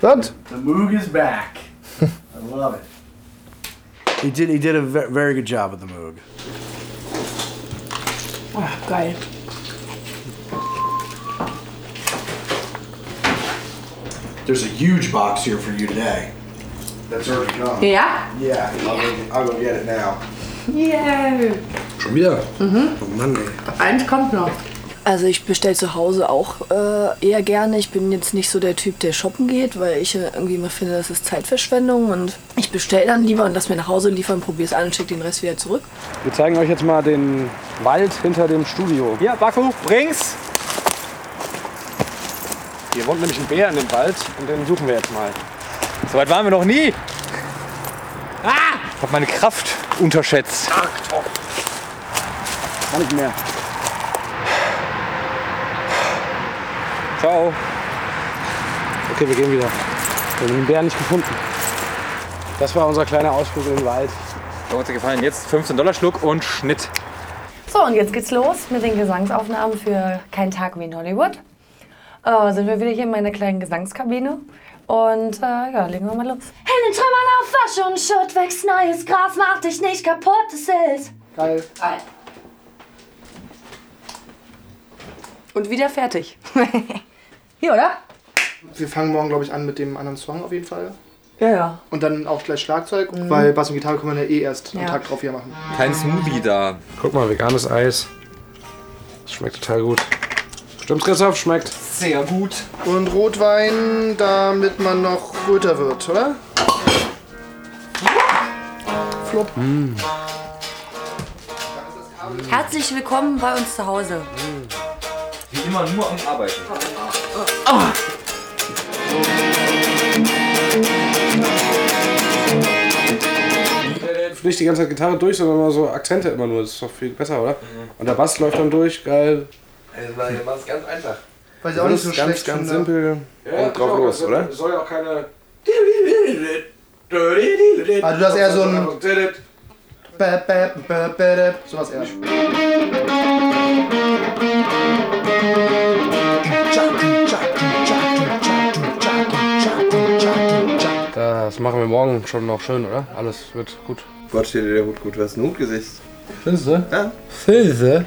Good. The Moog is back. I love it. He did. He did a ve- very good job with the Moog. Oh, geil. There's a huge box here for you today. That's already gone. Ja? Yeah, I'll go, I'll go get it now. Yay. Schon wieder? Oh Mann, ey. Eins kommt noch. Also ich bestelle zu Hause auch äh, eher gerne. Ich bin jetzt nicht so der Typ, der shoppen geht, weil ich äh, irgendwie immer finde, das ist Zeitverschwendung und ich bestelle dann lieber und lass mir nach Hause liefern, probiere es an und schicke den Rest wieder zurück. Wir zeigen euch jetzt mal den Wald hinter dem Studio. Hier, Baku, bring's! Hier wohnt nämlich ein Bär in dem Wald und den suchen wir jetzt mal. Soweit waren wir noch nie. Ah! Ich habe meine Kraft unterschätzt. Gar nicht mehr. Ciao. Okay, wir gehen wieder. Wir haben den Bären nicht gefunden. Das war unser kleiner Ausflug in den Wald. Hat uns gefallen. Jetzt 15 Dollar Schluck und Schnitt. So, und jetzt geht's los mit den Gesangsaufnahmen für Kein Tag wie in Hollywood. Äh, sind wir wieder hier in meiner kleinen Gesangskabine. Und äh, ja, legen wir mal los. In den Trümmern auf Wasch und Schutt wächst neues Gras, mach dich nicht kaputt, es ist. Geil. Und wieder fertig. Hier, oder? Wir fangen morgen, glaube ich, an mit dem anderen Song auf jeden Fall. Ja, ja. Und dann auch gleich Schlagzeug, weil Bass und Gitarre können wir ja eh erst einen Tag drauf hier machen. Kein Smoothie da. Guck mal, veganes Eis. Das schmeckt total gut. Stimmt's, Christoph? Schmeckt. Sehr gut. Und Rotwein, damit man noch röter wird, oder? Flop. Herzlich willkommen bei uns zu Hause. Wie immer nur am Arbeiten. Nicht die ganze Zeit Gitarre durch, sondern immer so Akzente immer nur. Das ist doch viel besser, oder? Und der Bass läuft dann durch. Geil. Das war, das war ganz einfach. Weil ich auch nicht so Alles ganz, schlecht ganz finde. simpel. Ja, und drauf genau, los, ganz oder? simpel. Soll ja auch keine. Also das ist eher so ein- Bä, bä, bä, bä, bä, sowas eher. Das machen wir morgen schon noch schön, oder? Alles wird gut. Gott steht dir der Hut gut. Du hast ein Hutgesicht. Fünfte? Ja. Fünfte?